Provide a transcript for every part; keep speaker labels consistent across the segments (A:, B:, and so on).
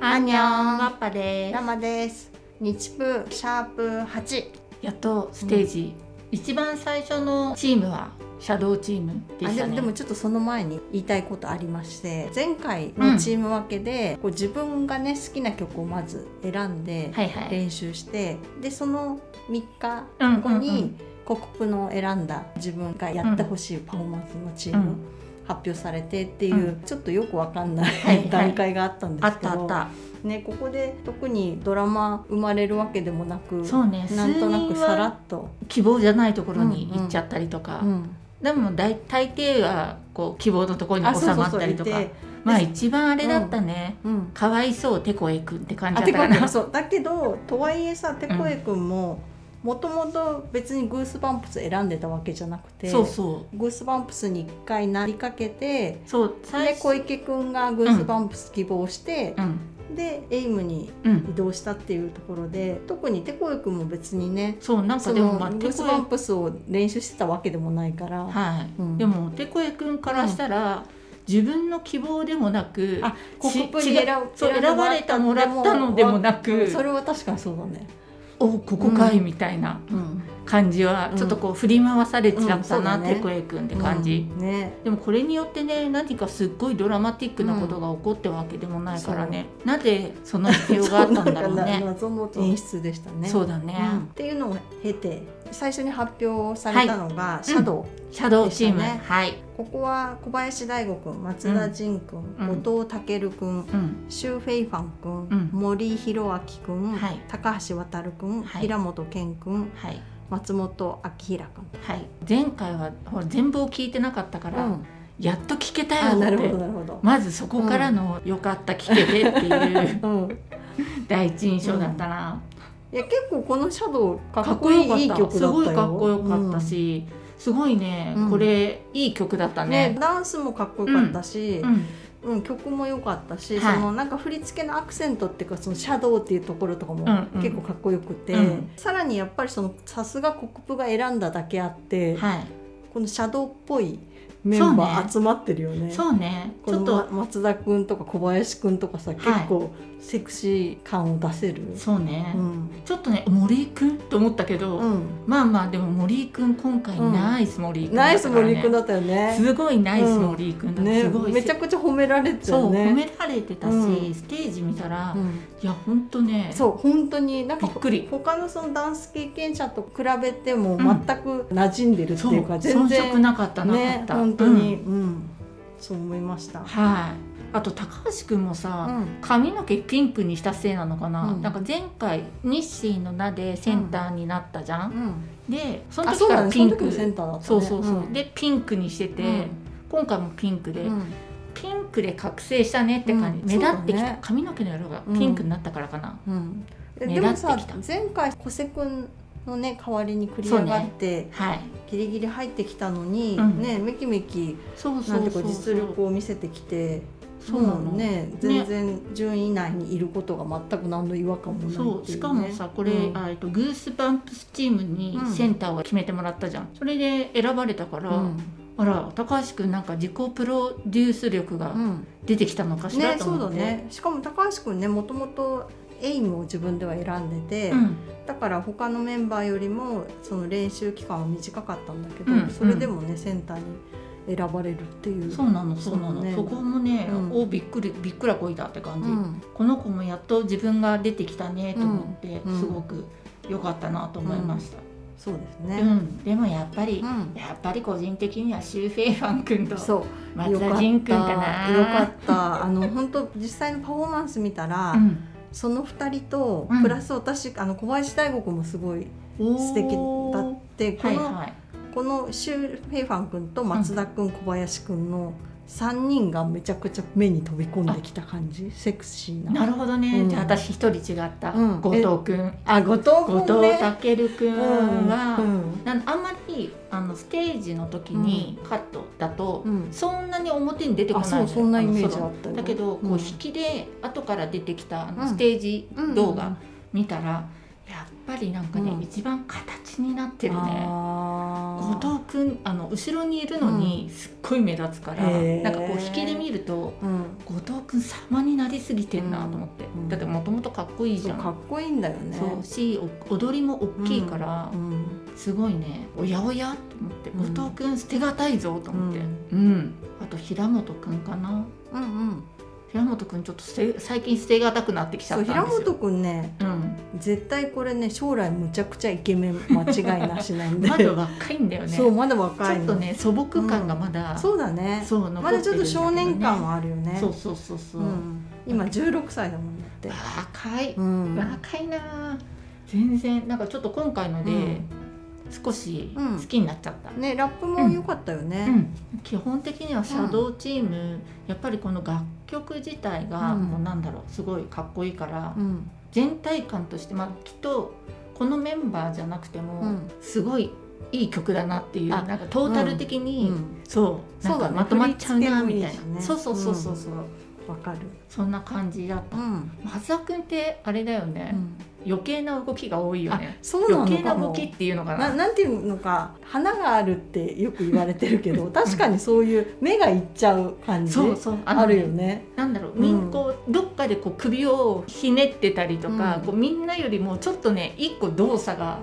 A: アンニョン
B: ワッパです
A: ラマです日プシャープ8
B: やっとステージ、一番最初のチームはシャドウチームで
A: あ
B: した
A: で
B: ね
A: でもちょっとその前に言いたいことありまして前回のチーム分けで、こう自分がね好きな曲をまず選んで
B: はいはい
A: 練習して、でその3日
B: うん
A: 後
B: うんうん
A: に国プの選んだ自分がやってほしいパフォーマンスのチーム、
B: うん
A: 発表されてっていう、
B: う
A: ちょっとよくわかんない、
B: はいはい
A: 段階があったんで
B: あ
A: す
B: っ
A: けど
B: たあった
A: ね、ここで特にドラマ生まれるわけでもなく
B: そうね
A: なんとなくさらっと、
B: 数人は希望じゃないところに行っちゃったりとか、
A: うん、
B: でも大大抵はこう希望のところに収まったりとか
A: いて
B: まあ一番あれだったね、
A: うん、
B: かわいそうテコエくんって感じだっ
A: あ
B: てたか
A: こ
B: な
A: え そうだけどとはいえさてこえくんももともと別にグースバンプス選んでたわけじゃなくて
B: そうそ
A: グースバンプスに一回なりかけて
B: うそう
A: で
B: 最
A: 小池くんがグースバンプス希望して
B: う、ん
A: でエイムに
B: うん
A: 移動したっていうところで特にてこえくんも別にね
B: そうなんか
A: そ
B: でも
A: の
B: まあ
A: グ
B: テ
A: ース
B: コ
A: バンプスを練習してたわけでもないか
B: エ
A: ら。
B: はい、
A: うん
B: でもテコエくんからしたら、自分の希望でもなく
A: あ
B: ち
A: 国プに
B: 違う
A: 選ぶ
B: そう選ばれたもらったのでもなく
A: それは確かにそうだね。
B: おここかいみたいな
A: うん、
B: 感じは、
A: うん
B: ちょっとこう振り回されちゃ
A: うん
B: っ
A: そ
B: た
A: う
B: な、
A: だね
B: テコエくんって感じ、
A: うんね。
B: でもこれによってね何かすっごいドラマティックなことが起こったわけでもないからね、なぜその必要があったんだろう
A: そうなんか
B: ね。
A: 謎の演出でしたね。
B: そうだね、
A: うんっていうのを経て最初に発表されたのが、シャドウ。
B: シャドウチーム、
A: でしたね
B: はい、
A: ここは小林大吾くん、松田仁くん、
B: うん
A: 後藤健くん、
B: うん、
A: シュウ・フェイファンくん、
B: うん
A: 森弘明くん、
B: はい
A: 高橋渡くん、
B: はい
A: 平本健くん、
B: はい、
A: 松本明宏くん。
B: はい、前回はほら全部を聞いてなかったから、
A: うん
B: やっと聞けた
A: あ、
B: よ
A: なる
B: っ
A: ほど
B: て
A: なるほど。
B: まずそこからの「よかった聞けて」っていう
A: うん。
B: 第一印象だったな、
A: いや結構このシャドウか
B: か
A: っ
B: っ
A: こ
B: こ
A: い
B: よ
A: い
B: かった
A: いい曲だっ
B: す
A: たよ
B: ごいかっこよかった、し、すごいね、
A: うん
B: これいい曲だった
A: うん
B: ね
A: ねダンスもかっこよかったし
B: う、ん、
A: うん曲も良かったし、
B: はい
A: そのなんか振り付けのアクセントっていうかそのシャドウっていうところとか
B: う
A: も
B: んうん
A: 結構かっこよくて、
B: うん
A: さらにやっぱりそのさすがコップが選んだだけあって、
B: はい
A: このシャドウっぽいメンバ
B: そう
A: ー
B: ね
A: 集まってるよね。
B: そうね
A: こ
B: ちょっ
A: のま
B: と
A: 松田君とか小林君とかさ、結構セクシー感を出せる。
B: そうね、
A: うん、
B: ちょっとね森井くんと思ったけど、
A: うん、
B: まあまあでも森井くん今回
A: うん
B: ナイス森井くん
A: ナ
B: だ
A: イ
B: っ
A: ス
B: たから
A: 森
B: ね、
A: 井君だったよね。
B: すごいナイス森井くんだった、
A: ね
B: すごい
A: めちゃくちゃ褒められてた
B: そ
A: よ
B: う褒
A: ね。
B: められてたし、
A: うん
B: ステージ見たら、
A: う
B: い
A: ん
B: やほんとね
A: そう本当になんか
B: びっくり
A: 他のそのダンス経験者と比べても
B: ん
A: 全く馴染んでるって
B: そ
A: いうか、全
B: 遜
A: 然
B: 色なかったなか
A: ね
B: った、
A: 本当に、
B: うん
A: うんそう思いました。
B: はいあと高橋くんもさ、
A: うん
B: 髪の毛ピンクにしたせいなのかな、
A: うん
B: なんか前回日清の名でセンターになったじゃん、でその
A: あそ
B: 時
A: う
B: か
A: だ
B: ら
A: ね
B: ピ
A: そ
B: ン
A: の
B: ク
A: 時もセンターだったね。
B: そうそうそう、
A: ん
B: でピンクにしてて、今回もピンクで、
A: うんうん
B: ピンクで覚醒したねって感じ、
A: うん
B: 目立ってき
A: そう
B: た、
A: だね
B: 髪の毛の色がピンクになったからかな、
A: うんえ
B: 目
A: でも
B: 立っ
A: さ
B: てきた
A: 前回小瀬くんのね代わりに繰り上がって、
B: はい
A: ギリギリ入ってきたのに、
B: うん
A: ねめきめき
B: そう
A: な
B: そ
A: んていううか
B: そう
A: 実力を見せてきて。
B: そうなの、
A: もうね全然順位以内にいることが全く何の違和感もないっていう、ね、
B: そうしかもさこれ、
A: うん
B: あえっとグースバンプスチームに
A: うん
B: センターを決めてもらったじゃん、それで選ばれたから、
A: うん
B: あら高橋くんなんか自己プロデュース力が
A: うん
B: 出てきたのかしら、
A: ね
B: と
A: そう
B: 思
A: だ
B: って、
A: ねしかも高橋君ねもともとエイムを自分では選んでて、
B: うん、
A: だから他のメンバーよりもその練習期間は短かったんだけど、
B: うん
A: それでもねセンターに選ばれるっていう。
B: そうなのそうな
A: そう
B: の
A: だね
B: そこもね、
A: うん
B: おびっくりびっくらこいだって感じ、
A: うん
B: この子もやっと自分が出てきたねと思って、
A: うん
B: すごく良かったなと思いました、
A: そうです
B: うん
A: ね、
B: でもやっぱり、
A: うん
B: やっぱり個人的にはシュウ・フェイファン君と
A: そう
B: 松
A: よか
B: 田
A: った
B: 仁君かな
A: よかったあの本当実際のパフォーマンス見たら、
B: うん
A: その2人と、
B: うん
A: プラス私あの小林大吾君もすごい素敵だってこ
B: はい
A: の,、
B: はい
A: このシュウ・フェイファン君と松田君、小林君の3人がめちゃくちゃ目に飛び込んできた感じセクシーな。
B: なるほどね、
A: うん
B: じゃあ私一人違った、
A: うん
B: 後藤君
A: あ後藤
B: 後藤
A: 君ね
B: 健君は、
A: うん
B: なんあんまりあのステージの時にカットだと、
A: うん
B: そんなに表に出てこな
A: あ
B: い
A: そうそんなイメージ
B: あ
A: あ
B: の
A: っ
B: そ
A: た
B: のだ
A: よ
B: けど、
A: うん
B: こう引きで後から出てきたあの
A: うん
B: ステージ動
A: うん
B: 画見たら、やっぱりなんかね、
A: うん
B: 一番形になってるね
A: あ
B: 後藤君あの後ろにいるのにすっごい目立つから、
A: へー
B: なんかこう引きで見ると
A: ーうん
B: 後藤君様になりすぎてんなと思って、
A: ん
B: だってもともとかっこいいじ
A: そう
B: ゃん
A: かっこいいんだよね
B: そうしお踊りも大きいから、
A: うん
B: すごいねおやおやと思って、
A: うん
B: 後藤君捨てがたいぞと思って
A: う
B: うんん、あと平本君かな
A: うんうん
B: 平本君ちょっと捨て最近捨てがたくなってきちゃ
A: そ
B: っ
A: う
B: た
A: 平
B: んですよ
A: 本くんね
B: うん、
A: 絶対これね将来むちゃくちゃイケメン間違いなしなんで
B: まだ若いんだよね
A: そうまだ若
B: ち
A: い
B: ょ
A: の
B: っとね素朴感がまだ、
A: そうだね
B: そう残
A: ま
B: ってる
A: だ
B: んけ
A: ちょ
B: どね
A: っと少年感はあるよね
B: そうそうそうそう、
A: うん、今16歳だもんだって
B: 若い、
A: うん
B: 若いなあ全然なんかちょっと今回ので、
A: うん
B: 少し
A: うん
B: 好きになっちゃった、
A: ねラップも良かったよ
B: う
A: ね、
B: ん、基本的にはシャドーチーム、やっぱりこの楽曲自体が、
A: うん
B: もうなんだろうすごいかっこいいから、
A: うん
B: 全体感として、まあ、きっとこのメンバーじゃなくても、
A: うん
B: すごいいい曲だなっていう
A: あ
B: なんかトータル的
A: う
B: に、
A: ん
B: そうなん
A: そうだ
B: か
A: ね
B: まとまっちゃうなみたい
A: 振り付けもいいし
B: な
A: ね
B: そうそうそうそうそう、
A: わ、かる
B: そんな感じだった
A: うん、
B: 松田君ってあれだよ
A: う
B: ね、
A: ん、
B: 余計な動きが多いよね
A: そうな
B: 余
A: の
B: 計な
A: かも
B: 動きっていうのかな
A: ななんていうのか花があるってよく言われてるけど確かにそういう目がいっちゃう感じ
B: そうそう
A: あ
B: のね
A: るよね。
B: なんだろう、
A: うん
B: みんこうどっかでこう首をひねってたりとか、
A: うん
B: こうみんなよりもちょっとね一個動作が、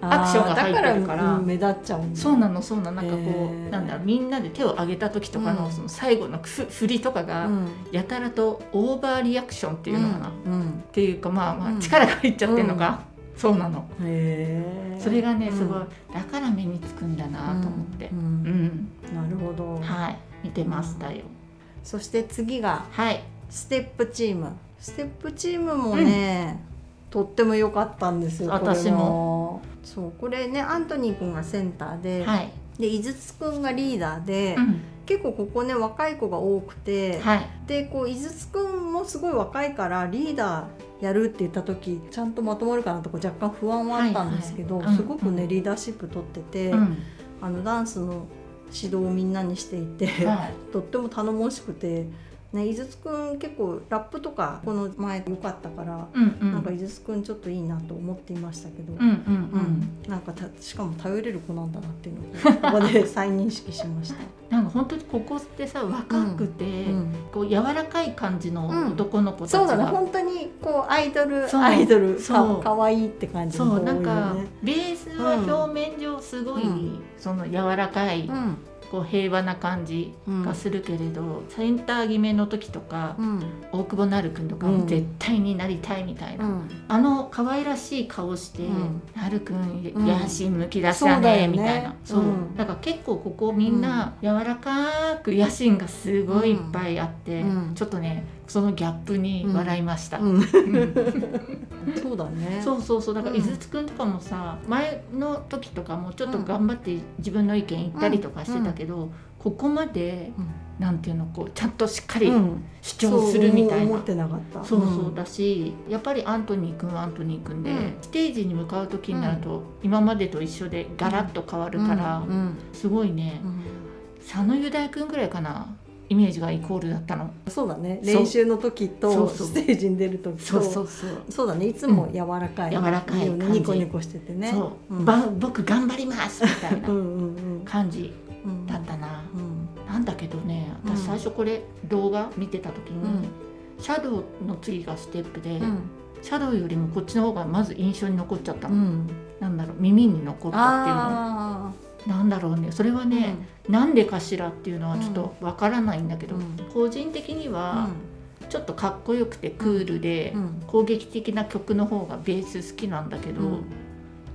A: あー
B: アクションが入ってるから
A: だうん目立っちゃうんだ
B: そうなのそうなのなんかこう、
A: へー
B: なんだろうみんなで手を上げた時とかの,、
A: うん
B: その最後のくす振りとかが、
A: うん、っ
B: やたらとオーバーリアクションって
A: て
B: いうのかな、っ
A: うん
B: ていうかまあ
A: う
B: ま
A: ん
B: あ力が入っちゃってるのか、そうなの
A: へえ
B: それがね
A: うん
B: すごい、だから目につくんだなと思って
A: う、ん
B: うん
A: なるほど、
B: はい見てましたよ、
A: そして次が
B: はい
A: ステップチームステップチームもね、とっても良かったんですよ
B: 私
A: もそうこれねアントニー君がセンターで、
B: はい、
A: で井筒君がリーダーで、
B: うん、
A: 結構ここね若い子が多くて、
B: はい
A: でこう井筒くんもすごい若いからリーダーやるって言った時ちゃんとまとまるかなとか若干不安はあったんですけど、
B: はいはいうん
A: すごくね、
B: うん
A: リーダーシップ取ってて、
B: うん
A: あのダンスの指導をみんなにしていて、
B: はい
A: とっても頼もしくて、ね、井筒くん結構ラップとかこの前良かったから、
B: うんうん
A: なんか井筒くんちょっといいなと思っていましたけど。
B: うんうんう
A: う
B: ん
A: んなんかたしかも頼れる子なんだなっていうのをここで再認識しま した。
B: なんか本当にここってさ若くて、
A: うん
B: こう柔らかい感じの
A: うん
B: 男の子たちが、
A: そうだね本当にこうアイドル
B: そう
A: アイドル
B: そ
A: か
B: う
A: かわいいって感じの
B: そう
A: 子
B: な
A: 多
B: い
A: よ
B: んか
A: ね。
B: ベースは表面上すごい、
A: うん
B: その柔らかい、
A: うん
B: こう平和な感じ
A: うん
B: がするけれど、センター決めの時とか、
A: うん
B: 大久保なる君とか
A: うん
B: 絶対になりたいみたいな、
A: うん
B: あの可愛らしい顔して、
A: うん
B: なるく
A: うん
B: ん野心むき出しだ
A: そうだよ
B: ね
A: ね
B: みたいなそう,、
A: うん
B: だから結構ここみんな柔らかく野心がすごいいっぱいあって、
A: うん
B: ちょっとねそのギャップに笑いました、
A: うん
B: うん
A: そうだね。
B: そうそうそうだから
A: うん
B: 井筒くんとかもさ、前の時とかもちょっと頑張って自分の意見言ったりとかしてたけど、ここまで
A: うん
B: なんていうのこうちゃんとしっか
A: う
B: り
A: ん
B: 主張するみた
A: そう
B: い
A: 思
B: な
A: 思っ。てなかった。
B: そうそうだし、やっぱりアントニー君はアントニー君で、
A: うん
B: ステージに向かう時になると、今までと一緒でガラッと変わるから、
A: うんうん
B: すごいね佐野雄大君ぐらいかなイメージがイコールだったの
A: うんそうだね。
B: そう
A: 練習の時と
B: そうそう
A: ステージに出る時と。
B: うそう、
A: そうだね。いつも柔らかい。
B: うん柔らかい
A: よね
B: 感じ
A: ニコニコしててね。
B: そう、
A: うん
B: ば僕頑張りますみたいな
A: うんうん
B: 感じ
A: うんうん。
B: だったな、
A: うん
B: なんだけどね
A: うん
B: 私最初これ動画見てた時に、
A: うん
B: シャドウの次がステップで、
A: うん
B: シャドウよりもこっちの方がまず印象に残っちゃった
A: う
B: の、
A: ん。
B: なんだろう耳に残ったっていうの
A: あ
B: なんだろうねそれは
A: あ
B: ね、なんでかしらっていうのはちょっとわからないんだけど、
A: うん
B: 個人的にはちょっとかっこよくてクールで
A: うんうん
B: 攻撃的な曲の方がベース好きなんだけど、
A: うん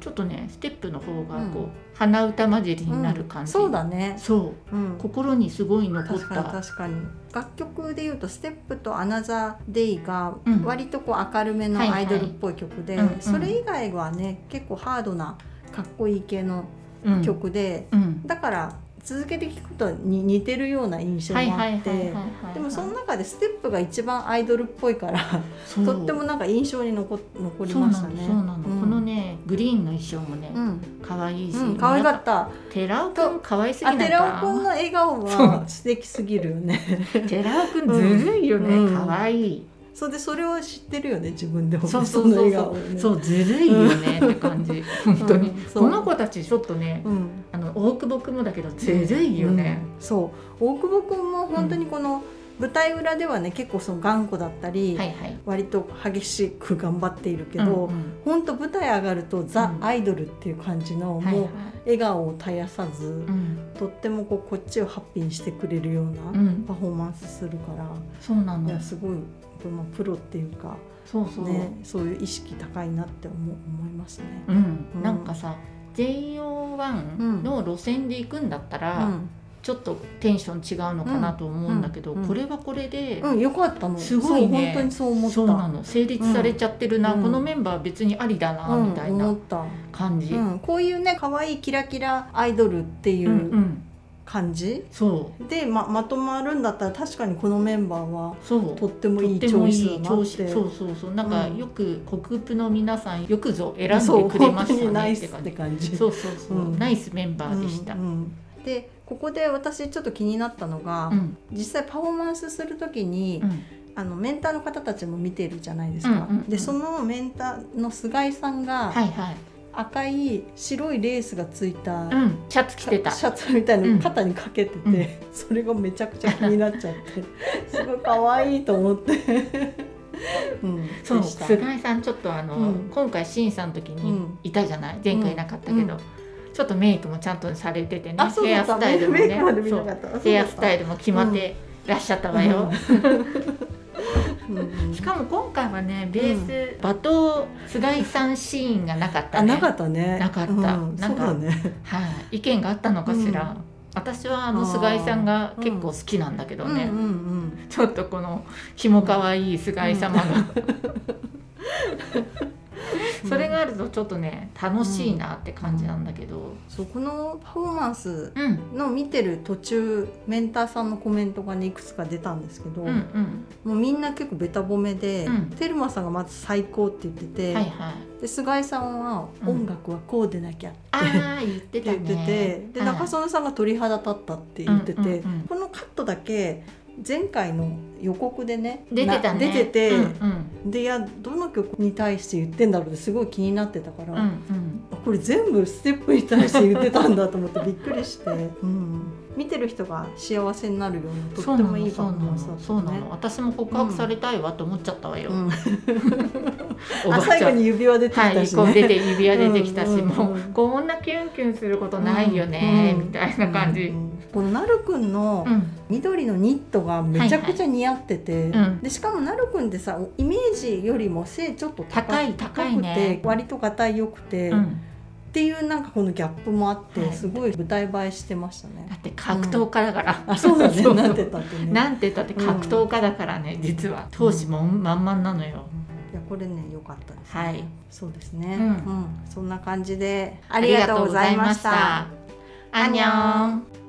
B: ちょっとねステップの方が
A: う
B: こうん鼻歌混じりになる感じ、
A: そうだね。
B: そう
A: うん
B: 心にすごい残っ
A: 確かに
B: た
A: 確かに楽曲でいうと「ステップと「アナザーデイが
B: うん
A: 割とこう明るめの
B: はいはい
A: アイドルっぽい曲で、
B: うんうん
A: それ以外はね結構ハードなかっこいい系の
B: うん
A: 曲で、
B: うん、
A: だから続けて聴くとに似てるような印象も
B: はいは
A: あ
B: い
A: っ
B: はいはい
A: て
B: はいはい
A: でもその中でステップが一番アイドルっぽいから
B: そう
A: とってもなんか印象に残残り
B: そう
A: まし
B: な
A: た
B: の
A: ね。
B: そうなの、
A: うん
B: このねグリーンの衣装もね
A: うん
B: 可愛、いし、
A: うん、可愛か
B: や
A: っ
B: ぱ
A: た。
B: 寺尾くん可愛すぎ
A: あ、
B: ない
A: 寺尾
B: か
A: くんの笑顔は素敵すぎるよね。
B: 寺尾くんずるいよね、
A: うん
B: 可愛い
A: それでそれを知ってるよね自分でも
B: そうそうそう
A: の笑
B: そ
A: 顔を
B: う、
A: ね
B: そうずるいよねって感じ本当に、
A: うんそう
B: この子たちちょっとね
A: うん
B: あの大久保君もだけどずるいよね、
A: うんそう大久保君も本当にこの舞台裏ではね結構その頑固だったり、
B: はいはい
A: 割と激しく頑張っているけど、
B: うんうん
A: 本当舞台上がるとザ・
B: うん
A: アイドルっていう感じの、
B: はい
A: も
B: は
A: う
B: い
A: 笑顔を絶やさず
B: う、ん
A: とってもこうこっちをハッピーにしてくれるよう
B: う
A: なんパフォーマンスするから、
B: そうない
A: や
B: の
A: すごい、まあ、プロっていうか、
B: そうそう、
A: ね、そういう意識高いなって思思いますね。
B: うん
A: うん
B: なんかさ JO1 の路線で行くんだったら、
A: うん
B: ちょっとテンション違うのかなと思うんだけど、
A: うんうん
B: これはこれで、
A: うん、よかったの
B: すごいね
A: そう本当にそう思った
B: そうなの成立されちゃってるな、
A: うん
B: このメンバー別にありだな、
A: うん
B: みたい
A: 思
B: な
A: った、
B: 感じ、
A: うん、こういうね可愛いキラキラアイドルってい
B: うんう
A: うん感じ、
B: そ
A: でままとまるんだったら確かにこのメンバーは
B: うそう
A: とってもいい
B: と
A: チ
B: っても
A: ョ
B: い
A: イス
B: い
A: だな
B: 調
A: っ
B: 子
A: て
B: そうそうそうなんか
A: うん
B: よく国プの皆さんよくぞ選ん
A: そ
B: で
A: う
B: くれま
A: 本当
B: し
A: に
B: た
A: ナ
B: ね
A: イ
B: っ
A: ス
B: て
A: っ
B: 感
A: て
B: じ
A: 感じ。
B: そうそうそう、
A: うん
B: ナイスメンバーでした、う
A: うん
B: ん
A: うんでここで私ちょっと気になったのが、
B: うん
A: 実際パフォーマンスする時に、あのメンターの方たちも見てるじゃないですか、
B: うんうんうん
A: でそのメンターの菅井さん
B: は
A: が
B: いはい、
A: 赤い白いレースがついた、
B: うん、シャツ着てた
A: シャツみたい
B: う
A: なの
B: ん
A: 肩にかけてて、
B: うん
A: それがめちゃくちゃ気になっちゃって すごい可愛いと思って、 うん、
B: そう
A: でした
B: 菅井さんちょっとあの、
A: うん
B: 今回審査の時
A: う
B: に
A: ん
B: いたじゃない前回いなかったけど、
A: うんうん
B: ちょっとメイクもちゃんとされててね
A: あそう
B: ヘ
A: だ
B: ア
A: っ
B: ス
A: た
B: タイルも
A: メイクまで
B: ね
A: 見
B: そ
A: なか
B: う
A: った
B: ヘアスタ
A: イ
B: イルも決まってらっしゃったわよ、
A: ル、うんうん
B: しかも今回はねベース、罵倒菅井さんシーンがなかった
A: あ
B: ね
A: なかったね
B: なかった
A: うん
B: なんか
A: そうだね
B: はい、意見があったのかしら、
A: う
B: 私はあの
A: あー
B: 菅井さんが結構好きなんだけどね、
A: うんうんうん
B: ちょっとこのひもかわいい菅井様が、 それがあるとちょっとね楽しいなって感じなんだけど、
A: そうこのパフォーマンス
B: うん、うん
A: の見てる途中メンターさんのコメントがねいくつか出たんですけど、
B: うん
A: もうみんな結構ベタ褒めで、
B: うん
A: テルマさんがまず最高って言ってて、
B: はいはい
A: で菅井さんは
B: うん
A: 音楽はこうでなきゃって
B: ああ言ってた
A: 言っ
B: ね
A: てて、で
B: はい
A: 中曽根さんが鳥肌立ったって言ってて、
B: うんうんうん
A: このカットだけ前回の予告でね
B: 出てたね
A: な出てて、
B: うん
A: でいやどの曲に対して言ってんだろうってすごい気になってたから、
B: うんうん
A: あこれ全部ステップに対して言ってたんだと思ってびっくりして、うん、見てる人が幸せになるようなと
B: そ
A: っ
B: う
A: て
B: な
A: もい
B: の
A: いパ
B: そう
A: フ
B: な
A: ォーマンスだ
B: の
A: っ
B: そ
A: た
B: う
A: ね
B: なの私も告白されたいわと思っちゃったわよ、
A: うん
B: おば
A: あ
B: あち
A: 最
B: ゃ
A: 後
B: ん
A: に指輪出てき
B: は
A: た
B: い、
A: し
B: こう
A: ね、
B: 出て指輪出てきたし、
A: うんうんうん
B: もうこんなキュンキュンすることないよね、
A: うん
B: みたいな感じ、
A: うんこのなるくんの
B: うん
A: 緑のニットがめちゃくちゃ似合ってて、
B: いはいうん
A: でしかもなるくんってさイメージよりも背ちょっと
B: 高い高いね
A: くて割と硬いよくて、
B: う
A: っ
B: ん
A: ていうなんかこのギャップもあって、
B: はい
A: すごい舞台映えしてました
B: だ
A: ね。
B: って格闘家だから、
A: あそうだね
B: そう
A: なんて言ったってね。
B: なんて言ったって格闘家だからね、実は闘志も満々なのよ、
A: いやこれね良かったです、ね。
B: はい。
A: そうですね。
B: うん
A: うん、そんな感じであ
B: あ
A: りがとうございました。
B: りがとうございましたアンニョン